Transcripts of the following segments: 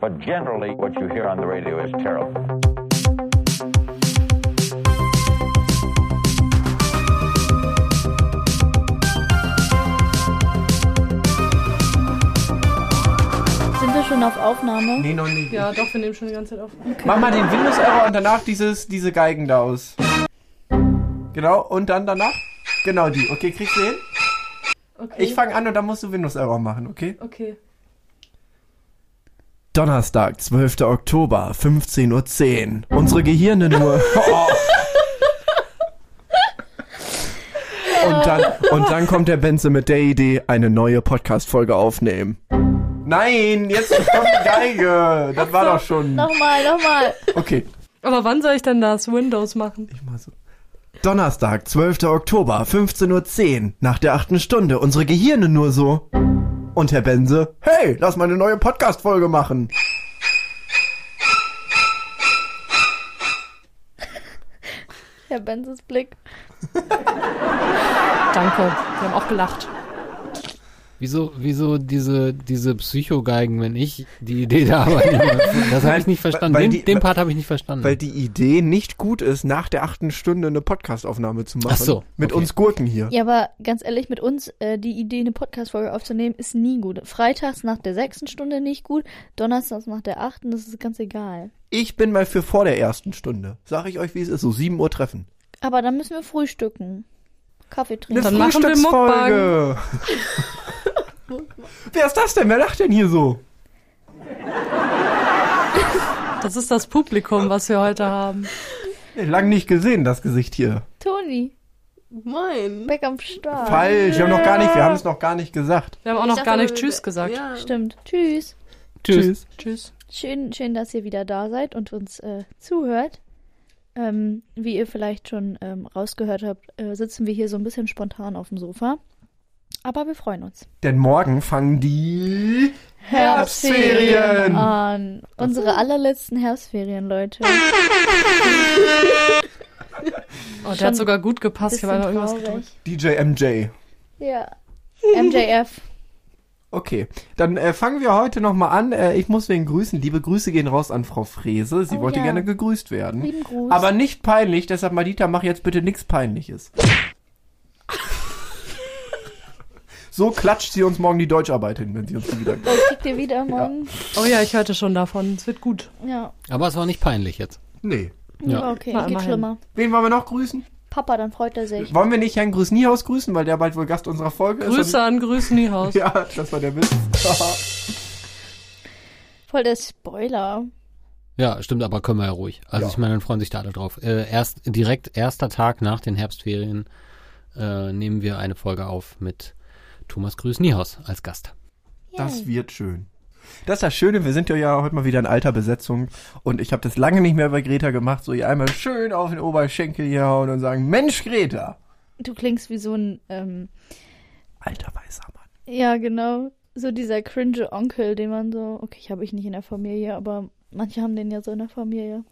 But generally, what you hear on the radio is terrible. Sind wir schon auf Aufnahme? Nee, noch nicht. Ja, doch, wir nehmen schon die ganze Zeit auf. Mach mal den Windows-Error und danach dieses, diese Geigen da aus. Genau, und dann danach? Genau die. Okay, kriegst du hin? Okay. Ich fange an und dann musst du Windows-Error machen, okay? Okay. Donnerstag, 12. Oktober, 15.10 Uhr. Unsere Gehirne nur. Und dann, und dann kommt der Benze mit der Idee, eine neue Podcast-Folge aufnehmen. Nein, jetzt kommt die Geige. Das war doch schon. Nochmal, nochmal. Okay. Aber wann soll ich denn das Windows machen? Ich mal so. Donnerstag, 12. Oktober, 15.10 Uhr, nach der achten Stunde, unsere Gehirne nur so. Und Herr Bense, hey, lass mal eine neue Podcast-Folge machen. Herr Benzes Blick. Danke. Wir haben auch gelacht. Wieso, wieso diese, diese Psychogeigen, wenn ich die Idee da habe? Das habe ich nicht verstanden. weil den, die- den Part habe ich nicht verstanden. Weil die Idee nicht gut ist, nach der achten Stunde eine Podcast-Aufnahme zu machen. Ach so, Mit okay. uns Gurken hier. Ja, aber ganz ehrlich, mit uns äh, die Idee, eine Podcast-Folge aufzunehmen, ist nie gut. Freitags nach der sechsten Stunde nicht gut, donnerstags nach der achten, das ist ganz egal. Ich bin mal für vor der ersten Stunde. Sag ich euch, wie es ist. So 7 Uhr treffen. Aber dann müssen wir frühstücken. Kaffee trinken. Eine Dann machen wir Frühstücksfolge. Wer ist das denn? Wer lacht denn hier so? Das ist das Publikum, was wir heute haben. Lang nicht gesehen, das Gesicht hier. Toni, Moin. back am Start. Falsch, wir haben noch gar nicht, wir haben es noch gar nicht gesagt. Wir haben auch Ich noch dachte, gar nicht wir- Tschüss gesagt. Ja. Stimmt. Tschüss. Tschüss. Tschüss. Schön, schön, dass ihr wieder da seid und uns äh, zuhört. Ähm, wie ihr vielleicht schon ähm, rausgehört habt, äh, sitzen wir hier so ein bisschen spontan auf dem Sofa. Aber wir freuen uns. Denn morgen fangen die Herbstferien. an. Unsere allerletzten Herbstferien, Leute. Oh, der Schon hat sogar gut gepasst. Ich Bisschen habe einfach irgendwas gedrückt. traurig. DJ MJ. Ja. MJF. Okay, dann äh, fangen wir heute nochmal an. Äh, ich muss wen grüßen. Liebe Grüße gehen raus an Frau Frese. Sie Oh wollte ja. gerne gegrüßt werden. Lieben Gruß. Hm? Aber nicht peinlich, deshalb Madita, mach jetzt bitte nichts Peinliches. so klatscht sie uns morgen die Deutscharbeit hin, wenn sie uns die wieder das kriegt ihr wieder morgen. Oh ja, ich hörte schon davon. Es wird gut. Ja. Aber es war nicht peinlich jetzt. Nee. ja. Ja. okay. Na, geht immerhin. schlimmer. Wen wollen wir noch grüßen? Papa, dann freut er sich. Wollen wir nicht Herrn Grüßniehaus grüßen, weil der bald wohl Gast unserer Folge ist? Grüße an Grüßen die Haus. Ja, das war der Witz. Voll der Spoiler. Ja, stimmt, aber können wir ja ruhig. Also Ja. ich meine, dann freuen sich da alle drauf. Äh, erst direkt erster Tag nach den Herbstferien äh, nehmen wir eine Folge auf mit Thomas Grüß Niehaus als Gast. Das wird schön. Das ist das Schöne, wir sind ja heute mal wieder in alter Besetzung und ich habe das lange nicht mehr bei Greta gemacht, so ihr einmal schön auf den Oberschenkel hier hauen und sagen, Mensch Greta, Du klingst wie so ein, ähm, alter weißer Mann. ja genau, so dieser cringe Onkel, den man so, okay, ich habe ich nicht in der Familie, aber manche haben den ja so in der Familie.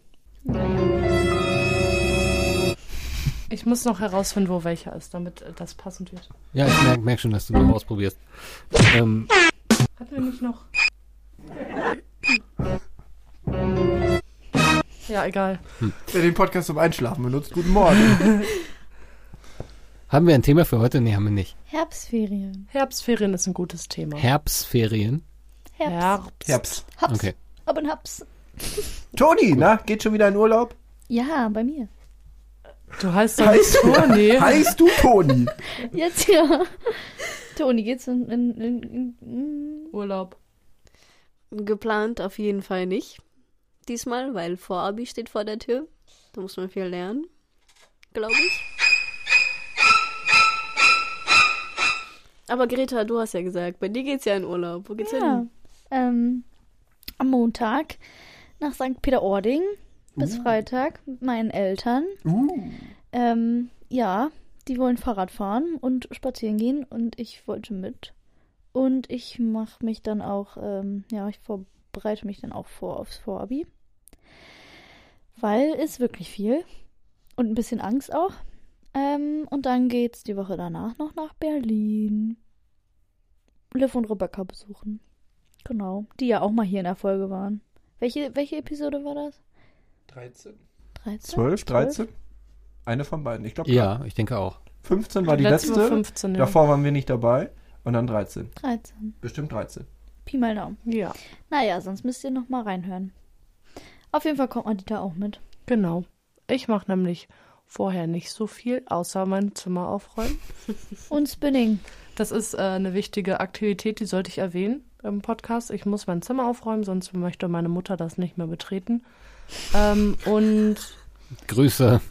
Ich muss noch herausfinden, wo welcher ist, damit äh, das passend wird. Ja, ich merke merk schon, dass du noch ausprobierst. Ähm, Hatten wir nicht noch? Ja, egal. Wer den Podcast zum Einschlafen benutzt, guten Morgen. haben wir ein Thema für heute? Nee, haben wir nicht. Herbstferien. Herbstferien ist ein gutes Thema. Herbstferien. Herbst. Herbst. Herbst. Haps. Okay. Ab und Haps. Toni, na, geht schon wieder in Urlaub? Ja, bei mir. Du heißt doch nicht Toni. Heißt du Toni? Jetzt ja. Toni, geht's in, in, in, in Urlaub. Geplant auf jeden Fall nicht. Diesmal, weil Vorabi steht vor der Tür. Da muss man viel lernen. Glaube ich. Aber Greta, du hast ja gesagt, bei dir geht's ja in Urlaub. Wo geht's Ja, hin? ähm, am Montag nach St. Peter-Ording bis Uh. Freitag mit meinen Eltern. Ähm, ja, die wollen Fahrrad fahren und spazieren gehen und ich wollte mit. Und ich mache mich dann auch, ähm, ja, ich vorbereite mich dann auch vor aufs Vorabi. Weil ist wirklich viel und ein bisschen Angst auch. Ähm, und dann geht's die Woche danach noch nach Berlin. Liv und Rebecca besuchen. Genau, die ja auch mal hier in der Folge waren. Welche, welche Episode war das? 13. 13? 12, 13? Eine von beiden. Ich glaube, Ja, ich denke auch. 15 war die letzte. war 15, ja. Davor waren wir nicht dabei. Und dann 13. 13. Bestimmt 13. Pi mal Daumen. Ja, Naja, sonst müsst ihr noch mal reinhören. Auf jeden Fall kommt Anita auch mit. genau. Ich mache nämlich vorher nicht so viel, außer mein Zimmer aufräumen. Und Spinning. Das ist äh, eine wichtige Aktivität, die sollte ich erwähnen im Podcast. Ich muss mein Zimmer aufräumen, sonst möchte meine Mutter das nicht mehr betreten. Ähm, und Grüße.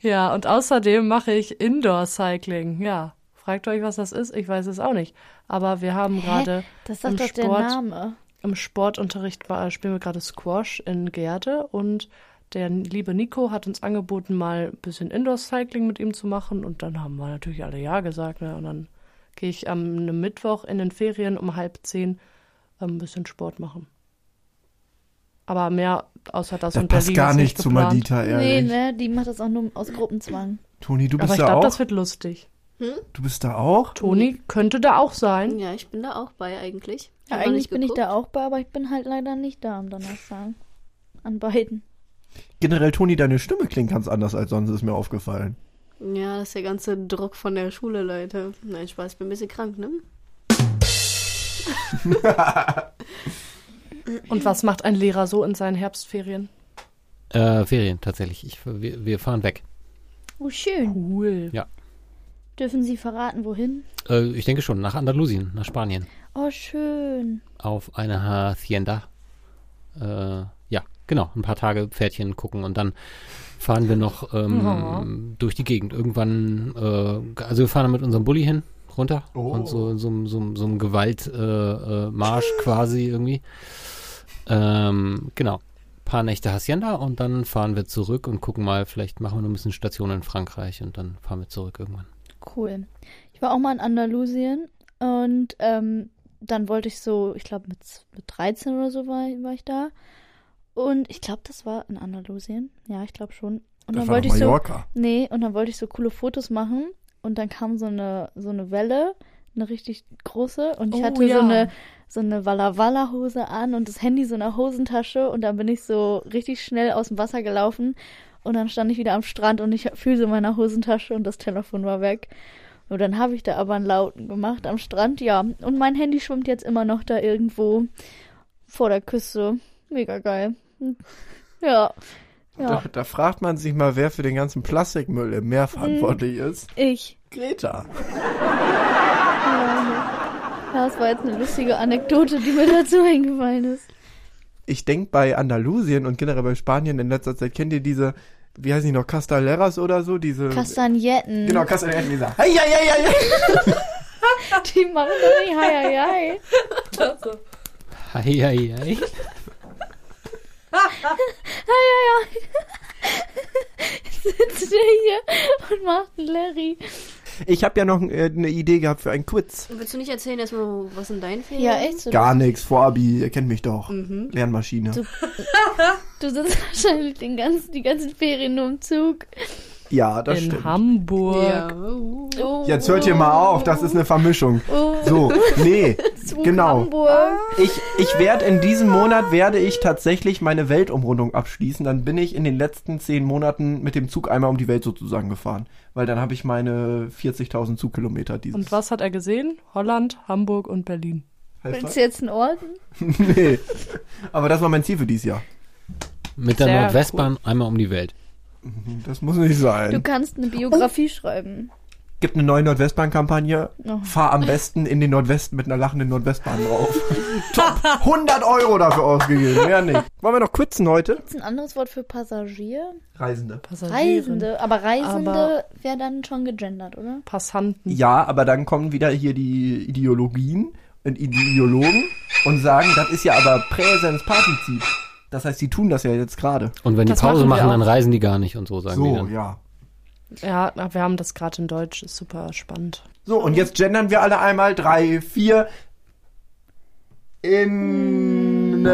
ja, und außerdem mache ich Indoor Cycling. Ja, fragt euch, was das ist. Ich weiß es auch nicht. Aber wir haben gerade Das Im sagt doch der Sport. Name. im Sportunterricht war, spielen wir gerade Squash in Gerde und der liebe Nico hat uns angeboten, mal ein bisschen Indoor-Cycling mit ihm zu machen und dann haben wir natürlich alle Ja gesagt. Ne? Und dann gehe ich am Mittwoch in den Ferien um halb zehn ähm, ein bisschen Sport machen. Aber mehr außer das Das und Berlin passt gar ist nicht zu geplant. Madita, Nee, ehrlich. ne? Die macht das auch nur aus Gruppenzwang. Toni, du Aber bist ich da glaube, auch? das wird lustig. Du bist da auch? Toni könnte da auch sein. Ja, ich bin da auch bei eigentlich. Ja, Hab noch eigentlich nicht bin ich geguckt. da auch bei, aber ich bin halt leider nicht da am Donnerstag. An beiden. Generell, Toni, deine Stimme klingt ganz anders als sonst, ist mir aufgefallen. Ja, das ist der ganze Druck von der Schule, Leute. Nein, Spaß, ich bin ein bisschen krank, ne? Und was macht ein Lehrer so in seinen Herbstferien? Äh, Ferien, tatsächlich. Ich, wir, wir fahren weg. Oh, schön. Cool. Dürfen Sie verraten, wohin? Äh, ich denke schon, nach Andalusien, nach Spanien. Oh, schön. Auf eine Hacienda. Äh, ja, genau. Ein paar Tage Pferdchen gucken und dann fahren wir noch ähm, durch die Gegend. Irgendwann, äh, also wir fahren mit unserem Bulli hin, runter. Oh. Und so, so, so, so einem Gewaltmarsch äh, Marsch quasi irgendwie. Ähm, genau. Paar Nächte Hacienda und dann fahren wir zurück und gucken mal, vielleicht machen wir noch ein bisschen Stationen in Frankreich und dann fahren wir zurück irgendwann. Cool. Ich war auch mal in Andalusien und ähm, dann wollte ich so, ich glaube mit, z- mit 13 oder so war, war ich da. Und ich glaube, das war in Andalusien. Ja, ich glaube schon. Und Das dann war wollte doch ich so, Mallorca. nee, und dann wollte ich so coole Fotos machen und dann kam so eine so eine Welle, eine richtig große und ich Oh, hatte ja. so eine so eine Walla Walla Hose an und das Handy so in der Hosentasche und dann bin ich so richtig schnell aus dem Wasser gelaufen und dann stand ich wieder am Strand und ich fühlte in meiner Hosentasche und das Telefon war weg. Und dann habe ich da aber einen Lauten gemacht am Strand, ja. Und mein Handy schwimmt jetzt immer noch da irgendwo vor der Küste. Mega geil. Hm. Ja. Ja, Da, da fragt man sich mal, wer für den ganzen Plastikmüll im Meer verantwortlich ist. ich. Greta. Ja, das war jetzt eine lustige Anekdote, die mir dazu eingefallen ist. Ich denke bei Andalusien und generell bei Spanien in letzter Zeit, kennt ihr diese, wie heißen die noch, Castaleras oder so? Diese. Kastagnetten. Äh, Genau, Castaleras. Lisa. Hei, hei, hei, hei, hei. Die machen doch nicht hei, hei, hei. Ei, ei, ei. Hei, hei, hei. Jetzt sitzt der hier und macht einen Larry. Ich habe ja noch äh, eine Idee gehabt für einen Quiz. Willst du nicht erzählen, erstmal, was in deinen Ferien? Ja, echt so. Gar nichts, Vorabi, ihr kennt mich doch. Lernmaschine. Du- Du sitzt wahrscheinlich den ganzen, die ganzen Ferien nur im Zug. Ja, das in stimmt. Hamburg. Ja. uh. Oh, Jetzt hört ihr mal auf, das ist eine Vermischung. oh, So, nee, Zug genau. Hamburg. Ich, ich werde in diesem Monat werde ich tatsächlich meine Weltumrundung abschließen. Dann bin ich in den letzten zehn Monaten mit dem Zug einmal um die Welt sozusagen gefahren. Weil dann habe ich meine 40.000 Zugkilometer dieses Und was hat er gesehen? Holland, Hamburg und Berlin. Willst Halbfahrt? du jetzt einen Orden? Nee. Aber das war mein Ziel für dieses Jahr. Mit der Sehr Nordwestbahn einmal um die Welt. Das muss nicht Du sein. kannst eine Biografie schreiben. Gibt eine neue Nordwestbahn-Kampagne. Oh. Fahr am besten in den Nordwesten mit einer lachenden Nordwestbahn drauf. Top. 100 Euro dafür ausgegeben. Mehr nicht. Wollen wir noch quitzen heute? Ist ein anderes Wort für Passagier? Reisende. Reisende. Aber Reisende Aber- wäre dann schon gegendert, oder? Passanten. Ja, aber dann kommen wieder hier die Ideologien und Ideologen und sagen, das ist ja aber Präsens-Partizip. Das heißt, die tun das ja jetzt gerade. Und wenn Das die Pause machen wir machen, dann auch. reisen die gar nicht und so, sagen die So, dann. ja. Ja, na, wir haben das gerade in Deutsch, ist super spannend. So, und jetzt gendern wir alle einmal drei, vier. Innen.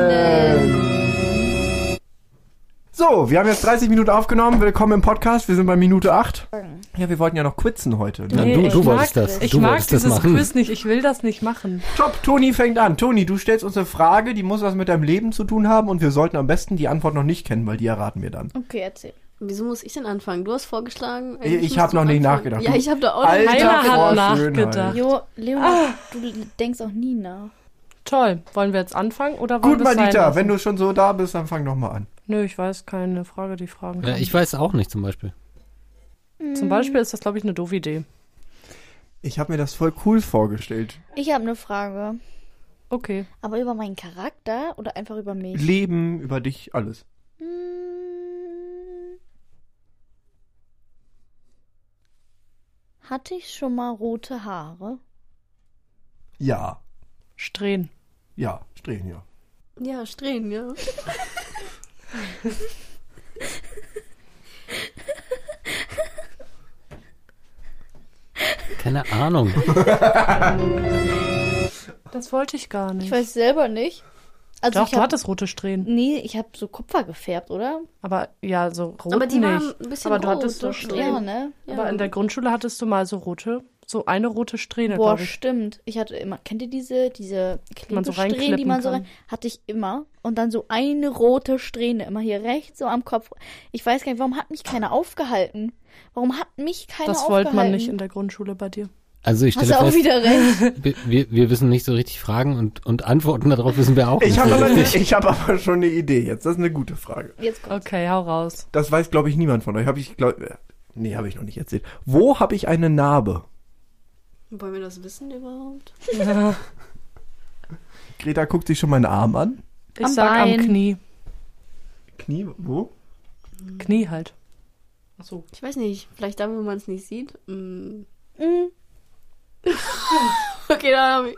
So, wir haben jetzt 30 Minuten aufgenommen. Willkommen im Podcast. Wir sind bei Minute 8. Ja, wir wollten ja noch quitzen heute. Ne? Na, Nee, du- ich du mag- wolltest das. Ich Du mag wolltest das dieses machen. Quiz nicht. Ich will das nicht machen. Top, Toni fängt an. Toni, du stellst uns eine Frage, die muss was mit deinem Leben zu tun haben und wir sollten am besten die Antwort noch nicht kennen, weil die erraten wir dann. Okay, erzähl. Wieso muss ich denn anfangen? Du hast vorgeschlagen. Ich- eigentlich ich musst hab du noch nicht anfangen. nachgedacht. Ja, ich habe da auch Alter, nicht Keiner nachgedacht. hat Frau nachgedacht. Schönheit. Jo, Leonard, du denkst auch nie nach. Toll. Wollen wir jetzt anfangen oder wollen Gut, wir es sein Manita, lassen? wenn du schon so da bist, dann fang doch mal an. Nö, ich weiß keine Frage, die Fragen. Ja, kommen. Äh, ich weiß auch nicht zum Beispiel. Zum Beispiel ist das, glaube ich, eine doofe Idee. Ich habe mir das voll cool vorgestellt. Ich habe eine Frage. Okay. Aber über meinen Charakter oder einfach über mich? Leben, über dich, alles. Hm. Hatte ich schon mal rote Haare? Ja, Strähnen. ja, Strähnen, ja. Ja, Strähnen, ja. Keine Ahnung. Das wollte ich gar nicht. Ich weiß selber nicht. Also Doch, ich du hab, hattest rote Strähnen. Nee, ich habe so Kupfer gefärbt, oder? Aber ja, so rot Aber die nicht. waren ein bisschen Aber du rot, hattest so doch. Strähnen. Ja, ne? Ja. Aber in der Grundschule hattest du mal so rote, so eine rote Strähne, Boah, glaube ich. stimmt. Ich hatte immer, kennt ihr diese, diese man so Klebesträhnen, die reinklippen man so kann. rein, hatte ich immer. Und dann so eine rote Strähne, immer hier rechts, so am Kopf. Ich weiß gar nicht, warum hat mich keiner aufgehalten? Warum hat mich keiner Das aufgehalten? wollte man nicht in der Grundschule bei dir. Also ich Hast stelle du auch fest, wieder recht. wir, wir, wir wissen nicht so richtig Fragen und, und Antworten darauf wissen wir auch Ich nicht habe so aber, ne, richtig. ich hab aber schon eine Idee jetzt. Das ist eine gute Frage. Jetzt kommt's. Okay, hau raus. Das weiß, glaube ich, niemand von euch. Hab ich, glaub, äh, nee, habe ich noch nicht erzählt. Wo habe ich eine Narbe? Wollen wir das wissen überhaupt? Ich Greta guckt sich schon meinen Arm an. Am sag Bein. am Knie. Knie, wo? Knie halt. Ach so. Ich weiß nicht, vielleicht da, wo man es nicht sieht. Mm. Mm. Okay, da habe ich.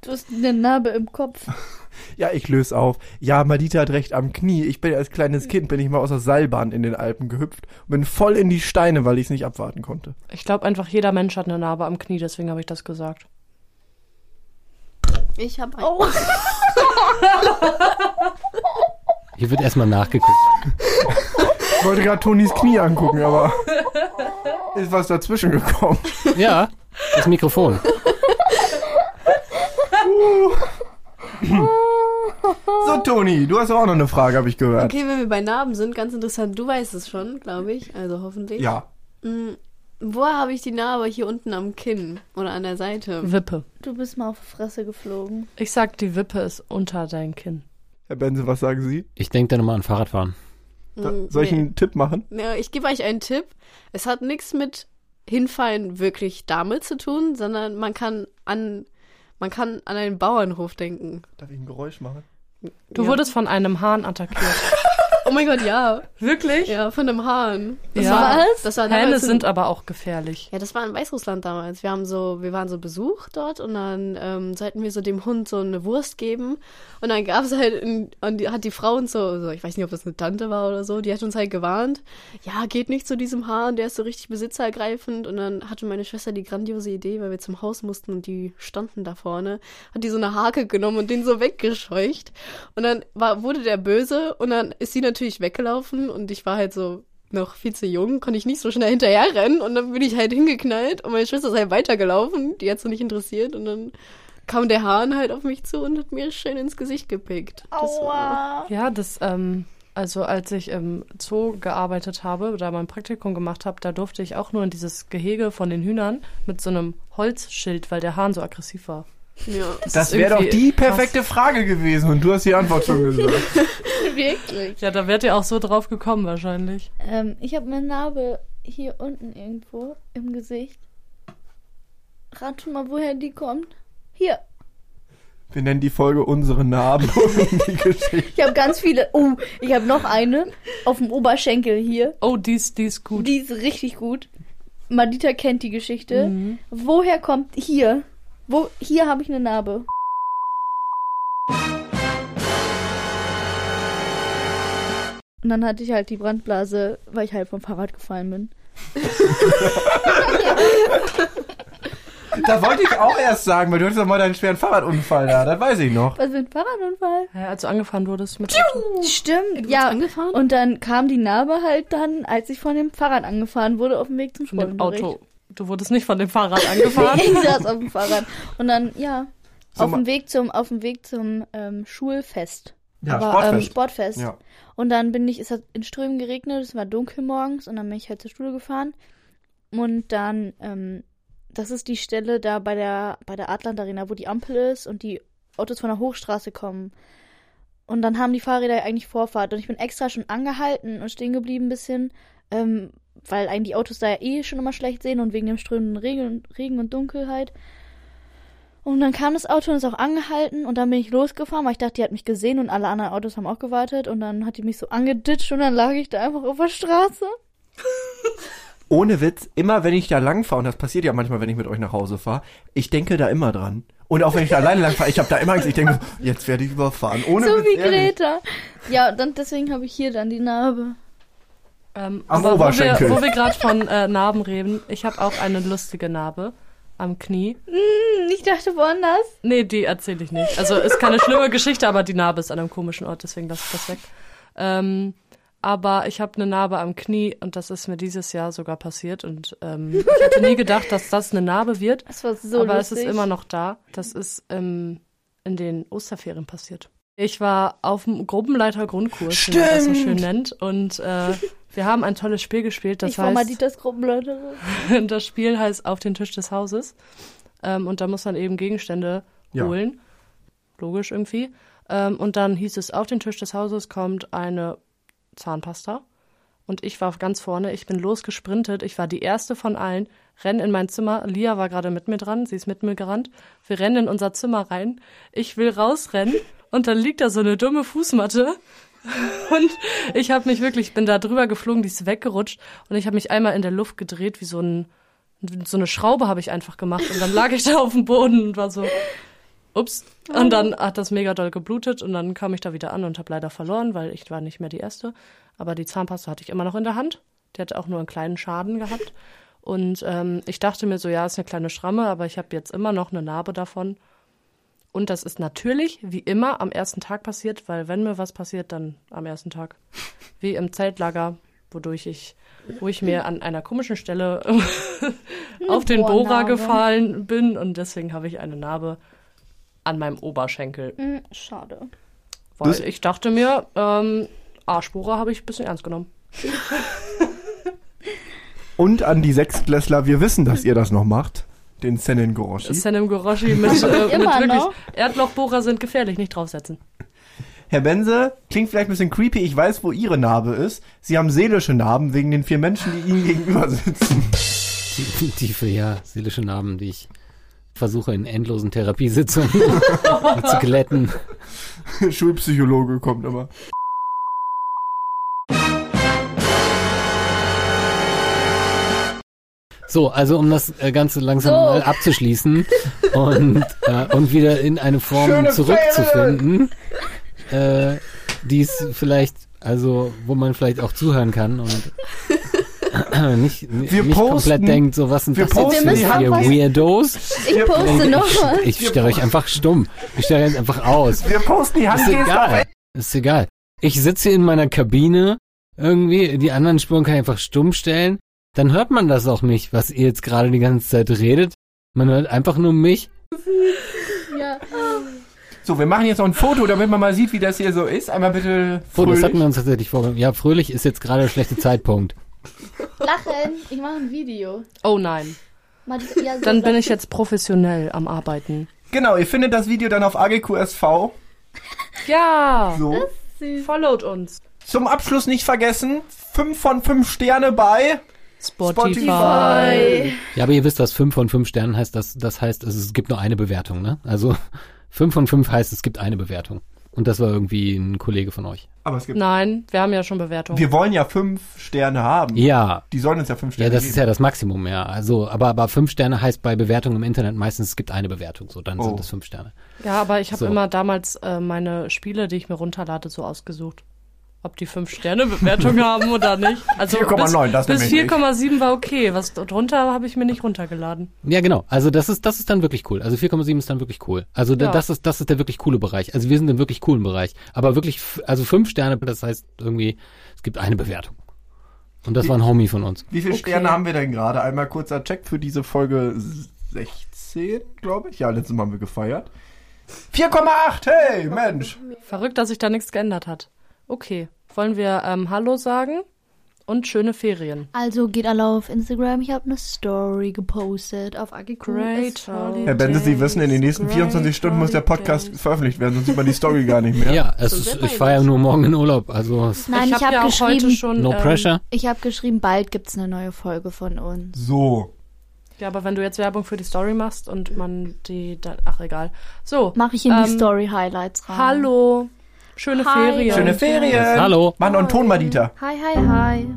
Du hast eine Narbe im Kopf. Ja, ich löse auf. Ja, Madita hat recht am Knie. Ich bin als kleines Kind, bin ich mal aus der Seilbahn in den Alpen gehüpft und bin voll in die Steine, weil ich es nicht abwarten konnte. Ich glaube einfach, jeder Mensch hat eine Narbe am Knie, deswegen habe ich das gesagt. Ich habe ein. Oh, Hier wird erstmal nachgeguckt. Ich wollte gerade Tonis Knie angucken, aber ist was dazwischen gekommen. Ja, das Mikrofon. So, Toni, du hast auch noch eine Frage, habe ich gehört. Okay, wenn wir bei Narben sind, ganz interessant. Du weißt es schon, glaube ich. Also hoffentlich. Ja. Mm. Wo habe ich die Narbe? Hier unten am Kinn oder an der Seite. Wippe. du bist mal auf die Fresse geflogen. Ich sag, die Wippe ist unter dein Kinn. Herr Benze, was sagen Sie? Ich denke da nochmal an Fahrradfahren. Da, Mm, soll ich nee. einen Tipp machen? Ja, ich gebe euch einen Tipp. Es hat nichts mit Hinfallen wirklich damit zu tun, sondern man kann an man kann an einen Bauernhof denken. Darf ich ein Geräusch machen? Du Ja. wurdest von einem Hahn attackiert. Oh mein Gott, ja. Wirklich? Ja, von einem Hahn. Das Ja. war Was? Das war Hähne damals in- sind aber auch gefährlich. Ja, das war in Weißrussland damals. Wir haben so, wir waren so Besuch dort und dann ähm, sollten wir so dem Hund so eine Wurst geben. Und dann gab's halt, in, und die, hat die Frau uns so, so, ich weiß nicht, ob das eine Tante war oder so, die hat uns halt gewarnt, ja, geht nicht zu diesem Hahn, der ist so richtig besitzergreifend. Und dann hatte meine Schwester die grandiose Idee, weil wir zum Haus mussten und die standen da vorne, hat die so eine Hake genommen und den so weggescheucht. Und dann war, wurde der böse und dann ist sie natürlich weggelaufen und ich war halt so, noch viel zu jung, konnte ich nicht so schnell hinterher rennen und dann bin ich halt hingeknallt und meine Schwester ist halt weitergelaufen, die hat so nicht interessiert und dann kam der Hahn halt auf mich zu und hat mir schön ins Gesicht gepickt. Das war- Aua. Ja, das, ähm, also als ich im Zoo gearbeitet habe, da mein Praktikum gemacht habe, da durfte ich auch nur in dieses Gehege von den Hühnern mit so einem Holzschild, weil der Hahn so aggressiv war. Ja. Das ist wäre doch irgendwie die krass. perfekte Frage gewesen und du hast die Antwort schon gesagt. Wirklich. Ja, da wärt ihr auch so drauf gekommen wahrscheinlich. Ähm, ich habe eine Narbe hier unten irgendwo im Gesicht. Rat schon mal, woher die kommt. Hier. Wir nennen die Folge unsere Narben und die Geschichte. Ich habe ganz viele. Oh, ich habe noch eine auf dem Oberschenkel hier. Oh, die ist, die ist gut. Die ist richtig gut. Madita kennt die Geschichte. Woher kommt hier? Wo hier habe ich eine Narbe. Und dann hatte ich halt die Brandblase, weil ich halt vom Fahrrad gefallen bin. Da wollte ich auch erst sagen, weil du hattest doch mal deinen schweren Fahrradunfall da, das weiß ich noch. Was mit Fahrradunfall? Ja, als du angefahren wurdest mit Stimmt, ja. ja. angefahren? Und dann kam die Narbe halt dann, als ich von dem Fahrrad angefahren wurde, auf dem Weg zum mit dem Sportunterricht. Auto. Du wurdest nicht von dem Fahrrad angefahren. Ich saß auf dem Fahrrad. Und dann, ja, So, auf ma- dem Weg zum, auf dem Weg zum ähm, Schulfest. Ja, Aber, ähm, Sportfest. Sportfest. Ja. Und dann bin ich, es hat in Strömen geregnet, es war dunkel morgens und dann bin ich halt zur Schule gefahren. Und dann, ähm, das ist die Stelle da bei der, bei der Adland Arena, wo die Ampel ist und die Autos von der Hochstraße kommen. Und dann haben die Fahrräder eigentlich Vorfahrt und ich bin extra schon angehalten und stehen geblieben ein bisschen, ähm, weil eigentlich die Autos da ja eh schon immer schlecht sehen und wegen dem strömenden Regen und, Regen und Dunkelheit. Und dann kam das Auto und ist auch angehalten und dann bin ich losgefahren, weil ich dachte, die hat mich gesehen und alle anderen Autos haben auch gewartet und dann hat die mich so angeditscht und dann lag ich da einfach auf der Straße. Ohne Witz, immer wenn ich da lang fahre, und das passiert ja manchmal, wenn ich mit euch nach Hause fahre, ich denke da immer dran. Und auch wenn ich da alleine lang fahre, ich habe da immer Angst, ich denke, so, jetzt werde ich überfahren. Ohne so Witz, wie ehrlich. Greta. Ja, und dann deswegen habe ich hier dann die Narbe. Ähm, Am aber Oberschenkel. Wo wir, wo wir gerade von äh, Narben reden, ich habe auch eine lustige Narbe am Knie. Hm, ich dachte woanders. Nee, die erzähle ich nicht. Also ist keine schlimme Geschichte, aber die Narbe ist an einem komischen Ort, deswegen lasse ich das weg. Ähm, aber ich habe eine Narbe am Knie und das ist mir dieses Jahr sogar passiert und ähm, ich hätte nie gedacht, dass das eine Narbe wird, Das war so aber lustig. es ist immer noch da. Das ist ähm, in den Osterferien passiert. Ich war auf dem Gruppenleiter-Grundkurs, wie man das so schön nennt, und äh, wir haben ein tolles Spiel gespielt. Das ich war heißt, mal Dieters Gruppenleiterin. das Spiel heißt Auf den Tisch des Hauses. Ähm, und da muss man eben Gegenstände Ja. holen. Logisch irgendwie. Ähm, und dann hieß es, auf den Tisch des Hauses kommt eine Zahnpasta. Und ich war ganz vorne, ich bin losgesprintet, ich war die erste von allen, renn in mein Zimmer, Lia war gerade mit mir dran, sie ist mit mir gerannt, wir rennen in unser Zimmer rein, ich will rausrennen und dann liegt da so eine dumme Fußmatte und ich habe mich wirklich, bin da drüber geflogen, die ist weggerutscht und ich habe mich einmal in der Luft gedreht, wie so ein, so eine Schraube habe ich einfach gemacht und dann lag ich da auf dem Boden und war so, ups. Und dann hat das mega doll geblutet und dann kam ich da wieder an und habe leider verloren, weil ich war nicht mehr die Erste. Aber die Zahnpasta hatte ich immer noch in der Hand. Die hatte auch nur einen kleinen Schaden gehabt. Und ähm, ich dachte mir so, ja, ist eine kleine Schramme, aber ich habe jetzt immer noch eine Narbe davon. Und das ist natürlich, wie immer, am ersten Tag passiert, weil wenn mir was passiert, dann am ersten Tag. Wie im Zeltlager, wodurch ich, wo ich mir an einer komischen Stelle auf den Bohrer Bohrnarbe. gefallen bin und deswegen habe ich eine Narbe an meinem Oberschenkel. Hm, schade. Weil Das- ich dachte mir, ähm, Arschbohrer habe ich ein bisschen ernst genommen. Und an die Sechstklässler, wir wissen, dass ihr das noch macht. Den Sennen Goroshi. Senem Goroshi mit, äh, mit Immer wirklich. noch? Erdlochbohrer sind gefährlich, nicht draufsetzen. Herr Bense, klingt vielleicht ein bisschen creepy, ich weiß, wo Ihre Narbe ist. Sie haben seelische Narben wegen den vier Menschen, die Ihnen gegenüber sitzen. Die, tiefe, ja, seelische Narben, die ich versuche in endlosen Therapiesitzungen zu glätten. Schulpsychologe kommt immer. So, also um das äh, Ganze langsam So. mal abzuschließen und, äh, und wieder in eine Form Schöne zurückzufinden, äh, die es vielleicht, also wo man vielleicht auch zuhören kann und nicht, Wir nicht posten- komplett denkt, so was sind wir das jetzt posten für die Handweis- ihr Weirdos? Ich poste nochmal. Ich, ich stelle euch einfach stumm. Ich stelle euch einfach aus. Wir posten die Ist Handgesten auf egal. Ist egal. Ich sitze in meiner Kabine irgendwie, die anderen Spuren kann ich einfach stumm stellen. Dann hört man das auch nicht, was ihr jetzt gerade die ganze Zeit redet. Man hört einfach nur mich. Ja. So, wir machen jetzt noch ein Foto, damit man mal sieht, wie das hier so ist. Einmal bitte Oh, das fröhlich. hatten wir uns tatsächlich vorgenommen. Ja, fröhlich ist jetzt gerade der schlechte Zeitpunkt. Lachen. Ich mache ein Video. Oh nein. Mal die- ja, so Dann bin sagt- ich jetzt professionell am Arbeiten. Genau, ihr findet das Video dann auf AGQSV. Ja! So. Followt uns. Zum Abschluss nicht vergessen, 5 von 5 Sterne bei Spotify. Spotify. Ja, aber ihr wisst, was 5 von 5 Sternen heißt. Das, das heißt, es, es gibt nur eine Bewertung, ne? Also 5 von 5 heißt, es gibt eine Bewertung. Und das war irgendwie ein Kollege von euch. Aber es gibt. Nein, wir haben ja schon Bewertungen. Wir wollen ja 5 Sterne haben. Ja. Die sollen uns ja 5 Ja, Sterne das geben. ist ja das Maximum, ja. Also, aber, aber fünf Sterne heißt bei Bewertungen im Internet meistens, es gibt eine Bewertung, so, dann Oh. sind es fünf Sterne. ja, aber ich habe So. immer damals äh, meine Spiele, die ich mir runterlade, so ausgesucht. ob die 5-Sterne-Bewertung haben oder nicht. Also 4,9, bis- das Bis nämlich nicht. 4,7 war okay. Was drunter habe ich mir nicht runtergeladen. Ja, genau. Also das ist, das ist dann wirklich cool. Also 4,7 ist dann wirklich cool. Also da- Ja. das ist, das ist der wirklich coole Bereich. Also wir sind im wirklich coolen Bereich. Aber wirklich, f- also fünf Sterne, das heißt irgendwie, es gibt eine Bewertung. Und das war ein Homie von uns. Wie viele Okay. Sterne haben wir denn gerade? Einmal kurzer Check für diese Folge 16, glaube ich. Ja, letztes Mal haben wir gefeiert. 4,8! Hey, Mensch! Verrückt, dass sich da nichts geändert hat. Okay, wollen wir ähm, Hallo sagen und schöne Ferien. Also geht alle auf Instagram. Ich habe eine Story gepostet auf Agikuh. Great SV. holiday. Herr Bende, Sie wissen, in den nächsten Great 24 Stunden muss der Podcast holidays. veröffentlicht werden, sonst sieht man die Story gar nicht mehr. Ja, es so ist, sind wir ich fahre ja jetzt. nur morgen in Urlaub. Also es- Nein, ich hab habe ja auch heute geschrieben, schon. no ähm, pressure. ich habe geschrieben, bald gibt's eine neue Folge von uns. So. Ja, aber wenn du jetzt Werbung für die Story machst und man die dann. Ach, egal. So. Mache ich in die ähm, Story Highlights rein. Hallo. Schöne Hi. Ferien. Schöne Ferien! Hallo. Mann und Ton, Madita. Hi, hi, hi.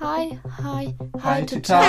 Hi, hi, hi, total.